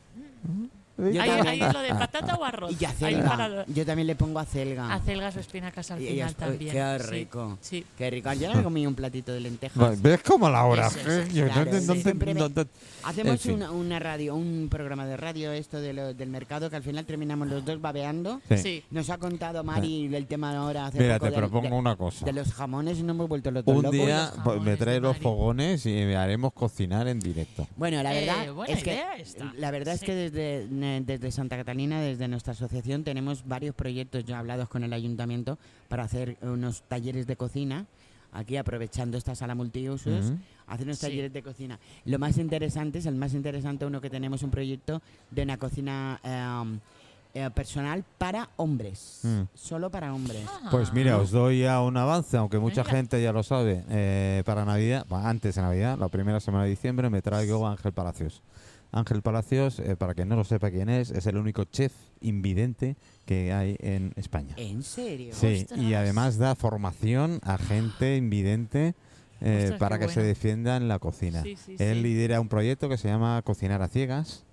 S3: Yo
S4: Hay,
S3: también.
S4: hay lo de patata o arroz.
S3: Y
S4: Hay
S3: acelga.
S4: para-
S3: Yo también le pongo acelga.
S4: acelgas o espinacas al
S3: Y- y
S4: final
S3: as-
S4: también.
S3: Qué
S4: sí,
S3: rico.
S4: Sí.
S3: Qué rico. Yo no me comí un platito de lentejas.
S1: ¿Ves cómo la hora?
S4: Eso, eso,
S1: Yo no
S3: claro,
S1: te- no
S3: sí.
S1: te-
S3: Siempre
S1: no
S3: me-
S1: te-
S3: Hacemos
S1: en fin.
S3: una, una radio, un programa de radio, esto de lo- del mercado, que al final terminamos los dos babeando.
S1: Sí.
S4: Sí.
S3: Nos ha contado Mari el tema ahora hace
S1: Mira,
S3: poco
S1: te
S3: del-
S1: propongo
S3: de,
S1: una cosa.
S3: de los jamones y no hemos vuelto los dos
S1: Un
S3: locos.
S1: día
S4: los
S1: pues, me
S4: jamones
S1: trae
S4: de
S1: los
S4: Madrid.
S1: fogones y me haremos cocinar en directo.
S3: Bueno, la
S4: Eh,
S3: verdad,
S4: buena
S3: es, que,
S4: idea esta.
S3: la verdad es
S4: Sí.
S3: que desde, ne- desde Santa Catalina, desde nuestra asociación, tenemos varios proyectos ya hablados con el ayuntamiento para hacer unos talleres de cocina. Aquí aprovechando esta sala multiusos,
S1: Ujú.
S3: hacer unos
S4: Sí.
S3: talleres de cocina. Lo más interesante es el más interesante uno que tenemos un proyecto de una cocina em, eh, personal para hombres,
S1: Mm.
S3: solo para hombres.
S4: Ah.
S1: Pues mira, os doy ya un avance, aunque mucha
S4: Venga.
S1: gente ya lo sabe. Eh, para Navidad, va, antes de Navidad, la primera semana de diciembre, me traigo a Ángel Palacios. Ángel Palacios, eh, para que no lo sepa quién es, es el único chef invidente que hay en España.
S3: ¿En serio?
S1: Sí, y
S4: Ostras.
S1: además da formación a gente invidente eh,
S4: Ostras,
S1: para que
S4: qué
S1: se
S4: bueno.
S1: defienda en la cocina.
S4: Sí, sí,
S1: Él
S4: sí.
S1: lidera un proyecto que se llama Cocinar a Ciegas,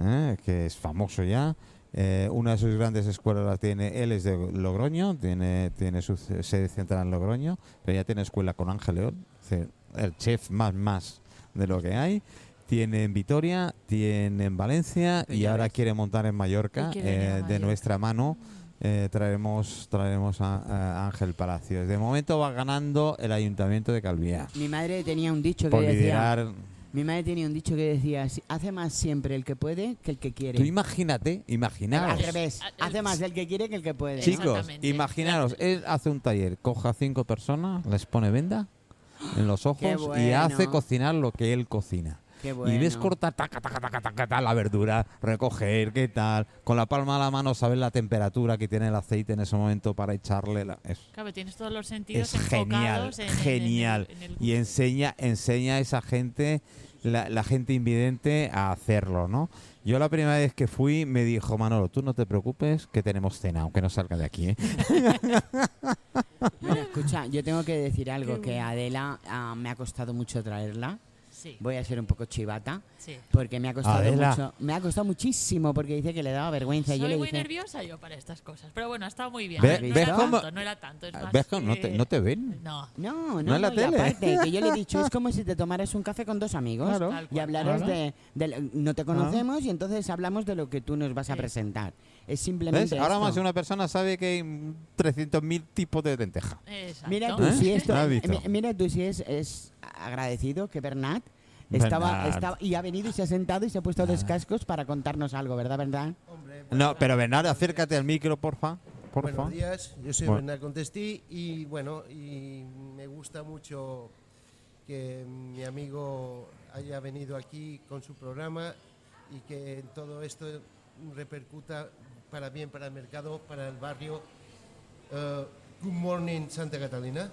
S1: ¿eh? que es famoso ya. Eh, una de sus grandes escuelas la tiene, él es de Logroño, tiene, tiene su c- sede central en Logroño, pero ya tiene escuela con Ángel León, es decir, el chef más más de lo que hay. Tiene en Vitoria, tiene en Valencia y
S3: Ya
S1: ahora
S3: ves.
S1: quiere montar en Mallorca,
S4: Y quiere venir a
S1: eh, de
S4: Mallorca.
S1: nuestra mano. Eh, traeremos traeremos a, a Ángel Palacios. De momento va ganando el Ayuntamiento de Calviá
S3: Mi madre tenía un dicho que
S1: por
S3: decía...
S1: liderar.
S3: Mi madre tenía un dicho que decía, "Si- hace más siempre el que puede que el que quiere.
S1: Tú imagínate,
S3: Al
S1: imaginaros.
S3: revés,
S4: Ah, el-
S3: hace más el que quiere que el que puede. ¿no?
S1: Chicos,
S4: Exactamente.
S1: imaginaros, él hace un taller, coja cinco personas, les pone venda en los
S3: Qué
S1: ojos y
S3: bueno.
S1: hace cocinar lo que él cocina.
S3: Qué
S1: Y ves
S3: bueno.
S1: cortar taca, taca, taca, taca, taca, la verdura, recoger, qué tal. Con la palma de la mano saber la temperatura que tiene el aceite en ese momento para echarle la... es-
S4: Claro, tienes todos los sentidos
S1: es genial,
S4: enfocados en- en- en el-
S1: genial.
S4: en el
S1: Y
S4: gusto.
S1: enseña, enseña a esa gente, la, la gente invidente, a hacerlo, ¿no? Yo la primera vez que fui me dijo, Manolo, tú no te preocupes que tenemos cena, aunque no salga de aquí, ¿eh?".
S3: Escucha, yo tengo que decir algo, que Adela ah, me ha costado mucho traerla.
S4: Sí,
S3: Voy a ser un poco chivata,
S4: sí.
S3: porque me ha costado
S1: Adela.
S3: mucho. Me ha costado muchísimo, porque dice que le daba vergüenza. y yo
S4: Soy
S3: le
S4: muy
S3: dije,
S4: nerviosa yo para estas cosas, pero bueno, ha estado muy bien.
S1: Ve-
S4: no,
S1: ves
S4: era
S1: cómo- Ah,
S4: tanto, no era tanto, es más
S1: ¿Ves que no te,
S4: que-
S1: no te ven?
S4: No,
S3: No, no,
S1: No en la
S3: y
S1: tele.
S3: aparte, que yo le he dicho, es como si te tomaras un café con dos amigos
S1: Claro.
S4: Tal
S3: y
S4: cual.
S3: hablaras
S1: Claro. Ah.
S3: de, de lo- No te conocemos y entonces hablamos de lo que tú nos vas a presentar. Es
S1: ¿Ves?
S3: simplemente.
S1: Ahora más
S3: esto.
S1: una persona sabe que hay mm, 300.000 tipos de lenteja.
S4: exacto.
S3: Mira tú,
S1: ¿Eh?
S3: si esto,
S1: ¿Has visto?
S3: mi- mira tú si es, es agradecido que Bernat estaba,
S1: Bernat. Ah.
S3: estaba- y ha venido y se ha sentado y se ha puesto los cascos para contarnos algo, ¿verdad, verdad?
S1: No, pero Bernardo, acércate al micro, porfa. Porfa.
S5: Buenos días, yo soy
S1: Bueno.
S5: Bernal Contestí y bueno, y me gusta mucho que mi amigo haya venido aquí con su programa y que todo esto repercuta para bien para el mercado, para el barrio. Eh, good morning Santa Catalina,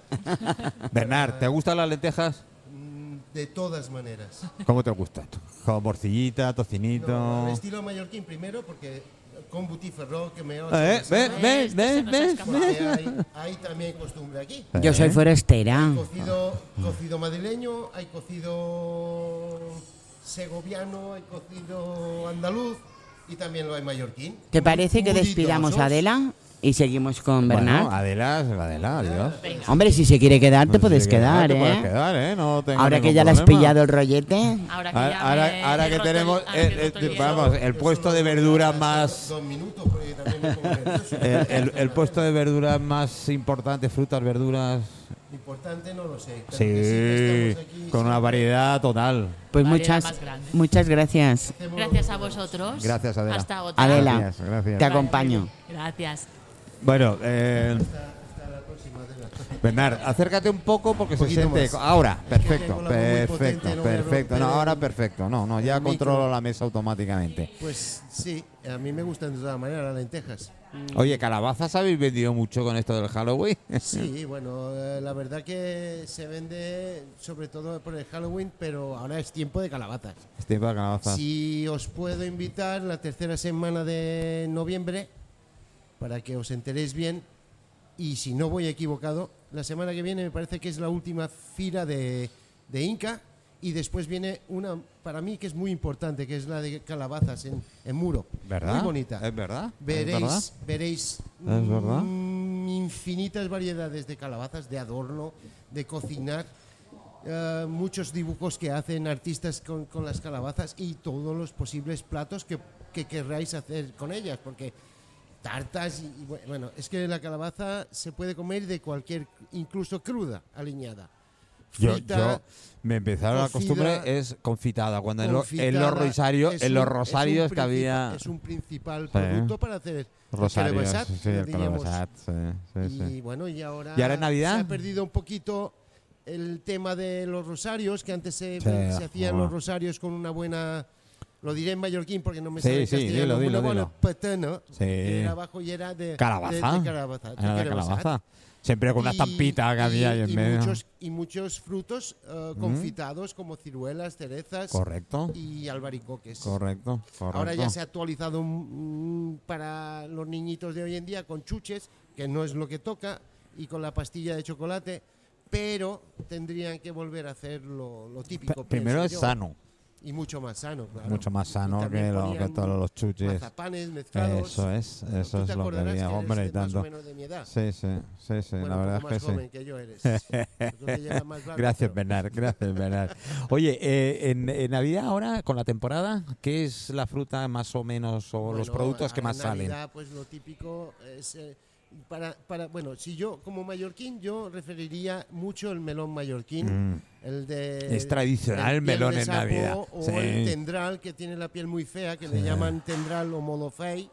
S1: Bernard, ¿te gustan las lentejas?
S5: Mm, de todas maneras.
S1: ¿Cómo te gustan? Como morcillita, tocinito.
S5: No, al estilo mallorquín primero porque con butifarró que me...
S1: ¿Eh? ¿Ves? ¿Ves?
S4: Esto se
S1: ¿Ves?
S4: nos
S1: ¿Ves?
S4: escapa.
S5: Porque hay, hay también costumbre aquí.
S3: Yo soy forastera.
S5: Cocido, cocido madrileño, hay cocido segoviano, hay cocido andaluz y también lo hay mallorquín.
S3: ¿Te parece que
S5: Muy
S3: despidamos a
S5: diversos.
S3: Adela y seguimos con Bernat?
S1: Bueno, Adela, Adela, adiós.
S4: Venga,
S3: Hombre, si se quiere quedar, te
S1: Pues
S3: puedes
S1: sí que nada,
S3: quedar,
S1: Te puedes
S3: ¿eh?
S1: quedar, ¿eh? No tengo
S3: Ahora que
S1: ningún
S3: ya le has
S1: problema.
S3: pillado el rollete.
S4: ahora que,
S1: Ahora,
S4: ya me
S1: ahora, ahora
S4: he
S1: que
S4: roto el-
S1: tenemos
S4: ahora
S1: el,
S4: que he roto
S1: el-
S4: el hielo.
S1: vamos, el
S5: Eso
S1: puesto
S5: no
S1: de
S5: dura
S1: verduras
S5: hasta
S1: más
S5: Dos minutos, porque también me pongo nervioso.
S1: el, el- el puesto de verduras más importante, frutas, verduras.
S5: Importante no lo sé. pero que que
S1: Sí,
S5: estamos aquí,
S1: con una variedad total.
S3: Pues
S4: Vale, la
S3: muchas,
S4: más grande.
S3: muchas gracias.
S5: hacemos lo que
S4: Gracias a
S5: podemos.
S4: vosotros.
S1: Gracias, Adela.
S4: Hasta otra.
S3: Adela,
S1: Gracias, gracias.
S3: te acompaño.
S4: Gracias.
S1: Bueno, eh,
S5: Hasta la próxima, Adela.
S1: Bernard, acércate un poco porque se
S5: Poquito
S1: siente.
S5: más.
S1: Ahora, perfecto,
S5: tengo la voz muy
S1: perfecto,
S5: potente, no voy a
S1: perfecto. No,
S5: romper
S1: ahora
S5: el-
S1: perfecto. No, no, ya
S5: el micro.
S1: controlo la mesa automáticamente.
S5: Pues sí, a mí me gustan de todas maneras las lentejas.
S1: Oye, calabazas habéis vendido mucho con esto del Halloween.
S5: Sí, bueno, eh, la verdad que se vende sobre todo por el Halloween, pero ahora es tiempo de calabazas.
S1: Este tipo de calabazas.
S5: Si os puedo invitar la tercera semana de noviembre para que os enteréis bien y si no voy equivocado, la semana que viene me parece que es la última fila de, de Inca y después viene una para mí que es muy importante, que es la de calabazas en, en muro.
S1: ¿Verdad? Eh,
S5: Muy bonita.
S1: ¿Es verdad? ¿Es verdad?
S5: Veréis, veréis
S1: ¿Es verdad?
S5: mm, infinitas variedades de calabazas, de adorno, de cocinar, eh, muchos dibujos que hacen artistas con, con las calabazas y todos los posibles platos que, que querráis hacer con ellas, porque tartas y, y bue- bueno, es que la calabaza se puede comer de cualquier, incluso cruda, aliñada.
S1: Yo,
S5: Frita,
S1: yo me empezaron la costumbre
S5: cocida,
S1: es confitada cuando en, lo- en
S5: confitada,
S1: los rosarios
S5: es
S1: en
S5: un-
S1: los
S5: es un
S1: rosarios que
S5: principal-
S1: había
S5: es un principal
S1: Sí.
S5: producto para hacer el
S1: rosarios
S5: calabazat,
S1: sí, sí,
S5: le
S1: el
S5: diríamos.
S1: calabazat, sí, sí, sí.
S5: Y bueno, y ahora,
S1: ¿Y ahora en Navidad?
S5: se ha perdido un poquito el tema de los rosarios, que antes se,
S1: Sí,
S5: se hacían
S1: bueno.
S5: los rosarios con una buena... Lo diré en mallorquín porque no me
S1: Sí,
S5: sale en
S1: sí,
S5: castellano,
S1: dilo, dilo,
S5: una buena
S1: dilo.
S5: patena,
S1: Sí.
S5: que era abajo eh, y era de...
S1: calabaza
S5: de- de calabaza, de
S1: Era de
S5: calabazat.
S1: calabaza siempre con una
S5: Y-
S1: estampita que había ahí
S5: y-
S1: en
S5: y
S1: medio
S5: Muchos, y muchos frutos eh, confitados como ciruelas, cerezas
S1: correcto
S5: y albaricoques.
S1: correcto correcto
S5: Ahora ya se ha actualizado mm, para los niñitos de hoy en día con chuches, que no es lo que toca, y con la pastilla de chocolate, pero tendrían que volver a hacer lo, lo típico.
S1: P-
S5: pienso
S1: primero es
S5: yo,
S1: sano
S5: Y mucho más sano, claro.
S1: mucho más
S5: Y
S1: sano
S5: también
S1: que, lo,
S5: ponían
S1: que todos los chuches
S5: Mazapanes mezclados.
S1: eso es eso
S5: Tú te
S1: es lo que
S5: acordarás
S1: había
S5: eres
S1: hombre y
S5: de más o
S1: tanto
S5: menos de mi edad.
S1: sí sí sí sí
S5: Bueno,
S1: la
S5: un
S1: verdad
S5: poco
S1: es que
S5: más
S1: sí
S5: joven que yo eres. Tú te llevas más largo,
S1: Gracias,
S5: pero-
S1: Bernard. Gracias, Bernard. Oye, eh, en, en Navidad ahora, con la temporada, ¿qué es la fruta más o menos o los
S5: Bueno,
S1: productos
S5: a-
S1: que
S5: a
S1: más salen?
S5: Navidad, Pues lo típico es eh, para, para bueno, si yo como mallorquín yo referiría mucho el melón mallorquín, el de
S1: Mm. Es tradicional el
S5: piel
S1: melón
S5: de
S1: en
S5: sapo
S1: Navidad,
S5: o
S1: sí.
S5: el tendral que tiene la piel muy fea que le llaman tendral o molofei,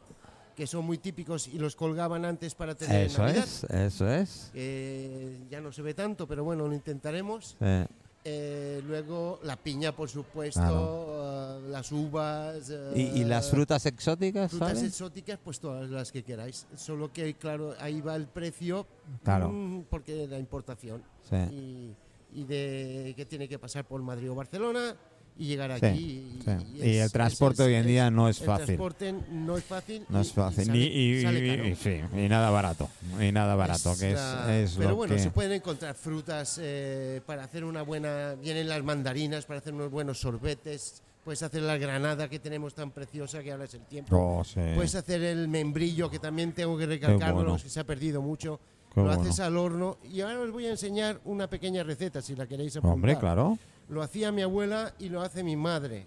S5: que son muy típicos y los colgaban antes para tener en
S1: Eso
S5: Navidad.
S1: es, eso es.
S5: que ya no se ve tanto, pero bueno, lo intentaremos.
S1: Eh,
S5: Eh, luego la piña, por supuesto, eh, las uvas.
S1: ¿Y, y las
S5: eh,
S1: frutas exóticas?
S5: Frutas
S1: salen?
S5: exóticas, pues todas las que queráis. Solo que, claro, ahí va el precio.
S1: Claro.
S5: mm, Porque la importación.
S1: Sí.
S5: Y, y de que tiene que pasar por Madrid o Barcelona. y llegar
S1: Sí,
S5: aquí. y-
S1: sí.
S5: Y,
S1: Y el transporte hoy en día no es
S5: el
S1: fácil.
S5: transporte no es fácil.
S1: No
S5: y-
S1: es fácil.
S5: Y, sale-
S1: y, y-
S5: sale
S1: y-
S5: caro.
S1: y- sí, y nada barato. Y nada barato, que es,
S5: la-
S1: es
S5: pero
S1: lo
S5: bueno,
S1: que...
S5: se pueden encontrar frutas eh, para hacer una buena. Vienen las mandarinas para hacer unos buenos sorbetes. Puedes hacer la granada que tenemos tan preciosa que ahora es el tiempo.
S1: Oh, sí.
S5: Puedes hacer el membrillo, que también tengo que recalcarlo,
S1: bueno.
S5: que se ha perdido mucho.
S1: Qué
S5: lo
S1: bueno.
S5: haces al horno. Y ahora os voy a enseñar una pequeña receta, si la queréis apuntar.
S1: Hombre, claro.
S5: Lo hacía mi abuela y lo hace mi madre.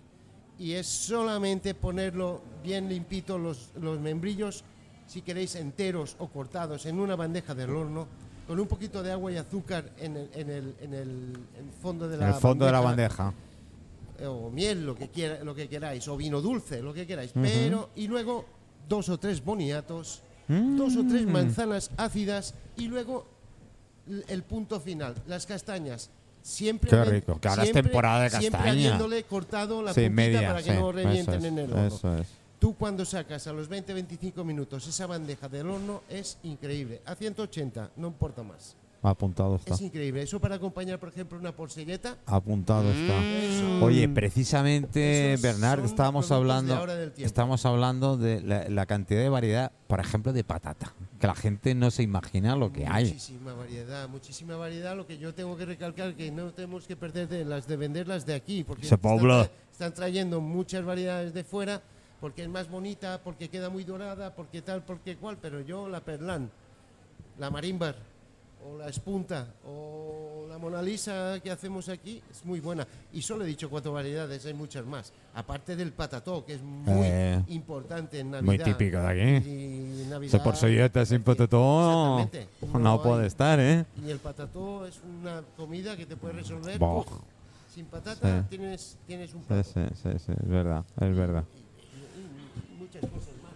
S5: Y es solamente ponerlo bien limpito los, los membrillos, si queréis enteros o cortados, en una bandeja del horno, con un poquito de agua y azúcar en el, en el- en el- en fondo de
S1: En
S5: la
S1: el fondo de la bandeja.
S5: eh, o miel, lo que, quiera, lo que queráis, o vino dulce, lo que queráis. Pero, y luego dos o tres boniatos, dos o
S1: Mm.
S5: tres manzanas ácidas, y luego l- el punto final, las castañas. Siempre
S1: Qué
S5: habi-
S1: rico, que ahora es
S5: siempre-
S1: temporada de
S5: Siempre
S1: castaña.
S5: habiéndole cortado la
S1: Sí,
S5: puntita
S1: media.
S5: para que
S1: sí,
S5: no
S1: eso
S5: revienten
S1: es,
S5: en el horno.
S1: Eso es.
S5: Tú cuando sacas a los 20-25 minutos esa bandeja del horno es increíble. A 180, no importa más.
S1: Apuntado está.
S5: Es increíble. Eso para acompañar, por ejemplo, una porcelleta.
S1: Apuntado está.
S5: Eso.
S1: Oye, precisamente,
S5: Esos
S1: Bernard,
S5: Mm. son
S1: estábamos
S5: productos de
S1: hablando,
S5: ahora del tiempo.
S1: estábamos hablando de la, la cantidad de variedad, por ejemplo, de patata, que la gente no se imagina lo que hay.
S5: Muchísima variedad, muchísima variedad. Lo que yo tengo que recalcar que no tenemos que perder de las de venderlas de aquí, porque
S1: Se
S5: están tra-
S1: pobla.
S5: están trayendo muchas variedades de fuera, porque es más bonita, porque queda muy dorada, porque tal, porque cual. Pero yo la perlán, la marimbar, o la espunta, o la Mona Lisa que hacemos aquí es muy buena. Y solo he dicho cuatro variedades, hay muchas más. Aparte del patató, que es muy
S1: Eh,
S5: importante en Navidad.
S1: muy típico de aquí.
S5: Y Navidad.
S1: Se porcelleta sin patatón.
S5: Exactamente.
S1: No,
S5: No
S1: puede
S5: hay-
S1: estar, ¿eh?
S5: Y el patató es una comida que te puede resolver.
S1: Boh.
S5: ¡puf! Sin patata
S1: Sí.
S5: tienes, tienes un
S1: Sí,
S5: plato.
S1: sí, sí, sí, es verdad, es verdad.
S5: Y Muchas cosas más.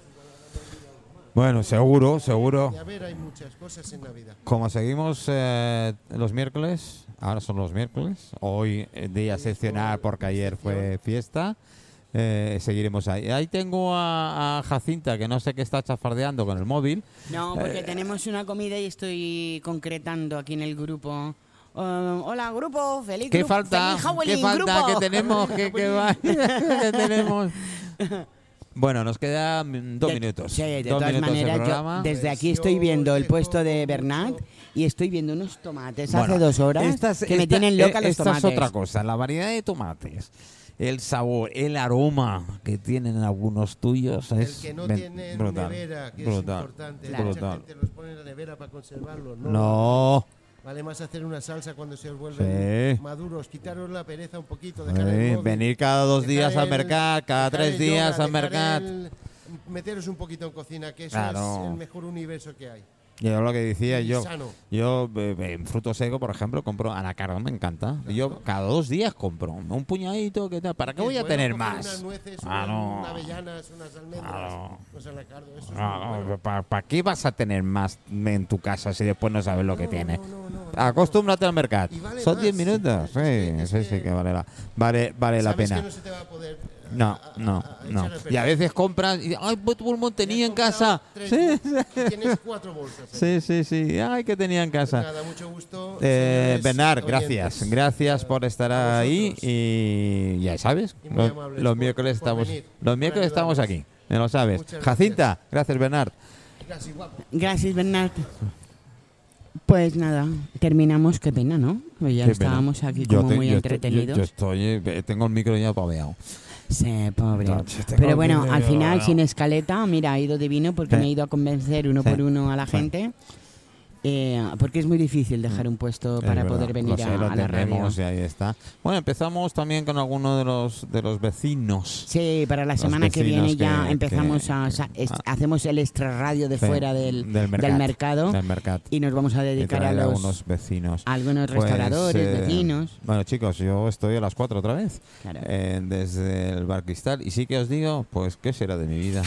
S1: Bueno, seguro, seguro.
S5: Y a ver, hay muchas cosas en Navidad.
S1: Como seguimos eh, los miércoles, ahora son los miércoles, hoy eh, día excepcional porque ayer fue fiesta, eh, seguiremos ahí. Ahí tengo a, a Jacinta, que no sé qué está chafardeando con el móvil.
S3: No,
S1: Eh,
S3: porque tenemos una comida y estoy concretando aquí en el grupo. Um, hola, grupo, feliz
S1: ¿Qué
S3: grupo,
S1: falta?
S3: feliz
S1: ¿Qué
S3: Halloween,
S1: falta?
S3: grupo.
S1: ¿Qué tenemos? ¿Qué, qué va- qué tenemos? Bueno, nos quedan dos
S3: De-
S1: minutos.
S3: sí, de
S1: dos
S3: todas
S1: minutos de
S3: maneras, yo
S1: programa.
S3: desde aquí estoy viendo el puesto de Bernat y estoy viendo unos tomates hace
S1: Bueno,
S3: dos horas
S1: estas-
S3: que me
S1: esta- e-
S3: tienen loca los
S1: esta
S3: tomates.
S1: es otra cosa, la variedad de tomates, el sabor, el aroma que tienen algunos tuyos
S5: El
S1: es
S5: que no
S1: men-
S5: tiene
S1: brutal,
S5: nevera, que
S1: brutal,
S5: es importante.
S1: brutal.
S5: Mucha gente los pone en la nevera para conservarlo. No.
S1: No,
S5: Vale más hacer una salsa cuando se os vuelven
S1: Sí.
S5: maduros. Quitaros la pereza un poquito. Dejar el
S1: eh,
S5: móvil,
S1: venir cada dos
S5: dejar
S1: días al
S5: el-
S1: mercado, cada
S5: dejar
S1: tres
S5: el yoga,
S1: días al
S5: dejar
S1: mercado.
S5: el- Meteros un poquito en cocina, que eso
S1: Claro.
S5: es el mejor universo que hay.
S1: Yo lo que decía,
S5: y
S1: yo,
S5: sano.
S1: yo eh, en fruto seco, por ejemplo, compro anacardo, me encanta. Yo cada dos días compro un puñadito, ¿qué tal? ¿Para qué
S5: Es
S1: voy a
S5: bueno
S1: tener
S5: coger
S1: más?
S5: Unas nueces,
S1: Ah,
S5: unas
S1: no.
S5: avellanas, unas almendras,
S1: Claro.
S5: unos anacardos, eso es muy bueno.
S1: No, ¿Para qué vas a tener más en tu casa si después no sabes lo que
S5: No,
S1: tienes?
S5: no, no, no, no.
S1: Acostúmbrate al mercado.
S5: Y vale
S1: Son
S5: más,
S1: 10
S5: sí.
S1: minutos. Sí,
S5: Es que-
S1: sí,
S5: es
S1: sí
S5: que-
S1: que vale la, vale, vale la
S5: Sabes
S1: pena.
S5: que no se te va a poder, eh,
S1: No,
S5: a- a-
S1: no,
S5: a- a
S1: no.
S5: echar a
S1: Y a
S5: perder.
S1: veces compras y ay, pues pulmón
S5: Te has
S1: tenía en
S5: comprado
S1: casa.
S5: tres
S1: Sí,
S5: bolsas y Tienes cuatro bolsas.
S1: sí,
S5: ahí.
S1: sí, sí. Ay, que tenía en casa.
S5: Nada, mucho gusto.
S1: Eh,
S5: señores
S1: Bernard,
S5: oyentes.
S1: gracias. Gracias por estar
S5: a
S1: ahí
S5: vosotros.
S1: y ya sabes,
S5: Y muy
S1: los,
S5: amables
S1: los
S5: por-
S1: miércoles
S5: por
S1: estamos
S5: venir,
S1: los
S5: por
S1: miércoles estamos aquí,
S5: ayudarnos.
S1: ya lo sabes.
S5: Muchas gracias.
S1: Jacinta, gracias Bernard.
S5: Gracias, guapo.
S3: Gracias, Bernat. Pues nada, terminamos. Qué pena, ¿no? Pues Ya
S1: Qué pena.
S3: estábamos aquí
S1: Yo
S3: como
S1: te-
S3: muy
S1: yo estoy-
S3: entretenidos.
S1: Yo, yo estoy, eh, tengo el micro ya paveado.
S3: Sí, pobre.
S1: No, si tengo
S3: Pero bueno,
S1: dinero,
S3: al final,
S1: no.
S3: sin escaleta, mira, ha ido divino porque
S1: Sí.
S3: me he ido a convencer uno
S1: Sí.
S3: por uno a la
S1: Sí. Mm.
S3: gente. Eh, porque es muy difícil dejar un puesto Pues para
S1: Es verdad,
S3: poder venir
S1: lo sé,
S3: a,
S1: lo
S3: a la radio.
S1: tenemos y ahí está. Bueno, empezamos también con alguno de los de los vecinos.
S3: Sí, para la
S1: Los
S3: semana que
S1: vecinos
S3: viene ya
S1: que-
S3: empezamos
S1: que-
S3: a. o sea, es-
S1: ah.
S3: hacemos el extra radio de
S1: Sí,
S3: fuera del,
S1: del mercat,
S3: mercado
S1: del mercat.
S3: y nos vamos a
S1: Y
S3: dedicar a
S1: traer
S3: los,
S1: algunos vecinos.
S3: a algunos
S1: Pues,
S3: restauradores,
S1: eh,
S3: vecinos.
S1: Bueno, chicos, yo estoy a las 4 otra vez.
S3: Claro.
S1: eh, desde el Bar Cristal. Y sí que os digo, pues, ¿qué será de mi vida?